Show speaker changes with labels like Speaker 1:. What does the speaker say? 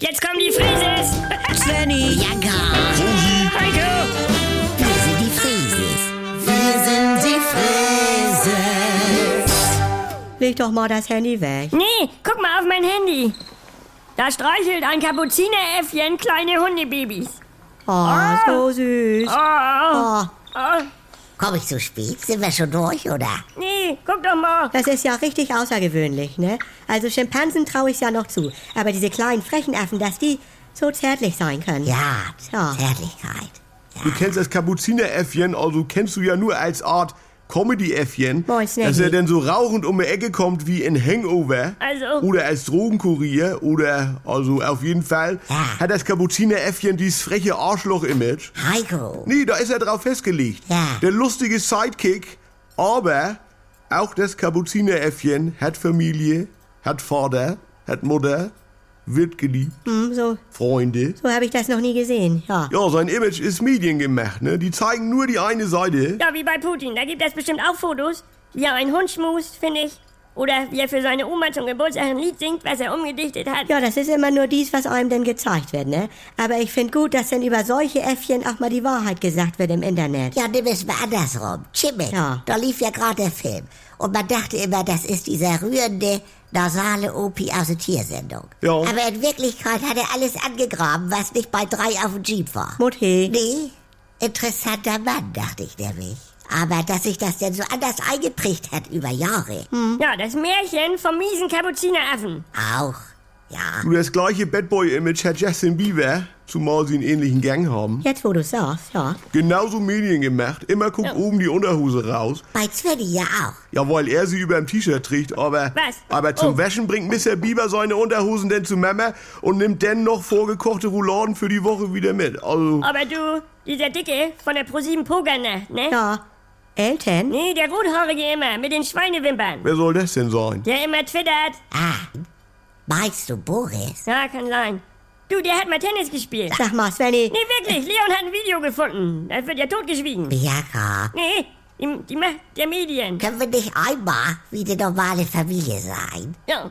Speaker 1: Jetzt kommen die Frises!
Speaker 2: Svenny,
Speaker 3: Ja, gar.
Speaker 1: Heiko!
Speaker 3: Wir sind die Frieses. Wir sind die Frieses.
Speaker 2: leg doch mal das Handy weg.
Speaker 1: Nee, guck mal auf mein Handy. Da streichelt ein Kapuzineräffchen kleine Hundebabys.
Speaker 2: Oh, so süß.
Speaker 1: Oh,
Speaker 2: Oh,
Speaker 1: oh,
Speaker 3: Komm ich zu spät? Sind wir schon durch, oder?
Speaker 1: nee, guck doch mal.
Speaker 2: das ist ja richtig außergewöhnlich, ne? Also Schimpansen traue ich ja noch zu. Aber diese kleinen Frechenaffen, dass die so zärtlich sein können.
Speaker 3: Ja,
Speaker 2: Ja.
Speaker 3: Zärtlichkeit.
Speaker 4: Du kennst das Kapuzineräffchen, also kennst du ja nur als Art Comedy-Äffchen,
Speaker 2: Moin,
Speaker 4: dass
Speaker 2: Snaggy.
Speaker 4: er dann so rauchend um die Ecke kommt wie in Hangover
Speaker 1: Also?
Speaker 4: oder als Drogenkurier oder also auf jeden Fall
Speaker 3: Ja.
Speaker 4: hat das Kapuzineräffchen dieses freche Arschloch-Image.
Speaker 3: Heiko.
Speaker 4: Nee, da ist er drauf festgelegt.
Speaker 3: Ja.
Speaker 4: Der lustige Sidekick, aber auch das Kapuzineräffchen hat Familie, hat Vater, hat Mutter, wird geliebt,
Speaker 2: Hm, so
Speaker 4: Freunde.
Speaker 2: so habe ich das noch nie gesehen. Ja.
Speaker 4: Ja, sein Image ist mediengemacht, ne? Die zeigen nur die eine Seite.
Speaker 1: Ja, wie bei Putin. Da gibt es bestimmt auch Fotos, wie er einen Hund schmust, finde ich. Oder wie er für seine Oma zum Geburtstag ein Lied singt, was er umgedichtet hat.
Speaker 2: Ja, das ist immer nur dies, was einem denn gezeigt wird, ne? Aber ich finde gut, dass denn über solche Äffchen auch mal die Wahrheit gesagt wird im Internet.
Speaker 3: Ja, nimm es mal andersrum. Jimmy,
Speaker 2: Ja.
Speaker 3: da lief ja gerade der Film. Und man dachte immer, das ist dieser rührende, nasale Opi aus der Tiersendung.
Speaker 4: Ja.
Speaker 3: Aber in Wirklichkeit hat er alles angegraben, was nicht bei drei auf dem Jeep war.
Speaker 2: Mutti.
Speaker 3: Nee, interessanter Mann, dachte ich nämlich. Aber dass sich das denn so anders eingeprägt hat über Jahre.
Speaker 2: Hm.
Speaker 1: Ja, das Märchen vom miesen Kapuzineraffen.
Speaker 3: Auch, ja.
Speaker 4: Du, das gleiche Bad Boy-Image hat Justin Bieber, zumal sie einen ähnlichen Gang haben,
Speaker 2: Jetzt, wo du sagst, ja.
Speaker 4: genauso Medien gemacht. Immer guckt oben die Unterhose raus.
Speaker 3: Bei Svenny ja auch.
Speaker 4: Ja, weil er sie über dem T-Shirt trägt, aber...
Speaker 1: Was?
Speaker 4: Aber zum
Speaker 1: Oh.
Speaker 4: Wäschen bringt Mr. Bieber seine Unterhosen denn zu Mama und nimmt dann noch vorgekochte Rouladen für die Woche wieder mit. Also,
Speaker 1: Aber du, dieser Dicke von der ProSieben Pokernacht, ne?
Speaker 2: Ja. Eltern?
Speaker 1: Nee, der Rothaarige immer, mit den Schweinewimpern.
Speaker 4: wer soll das denn sein?
Speaker 1: Der immer twittert.
Speaker 3: Ah, meinst du Boris?
Speaker 1: Ja, kann sein. Du, der hat mal Tennis gespielt.
Speaker 2: Sag mal, Svenny.
Speaker 1: Nee, wirklich, Leon hat ein Video gefunden. Das wird ja totgeschwiegen.
Speaker 3: Bianca,
Speaker 1: Nee, die, die Macht der Medien.
Speaker 3: können wir nicht einmal wie die normale Familie sein?
Speaker 1: Ja.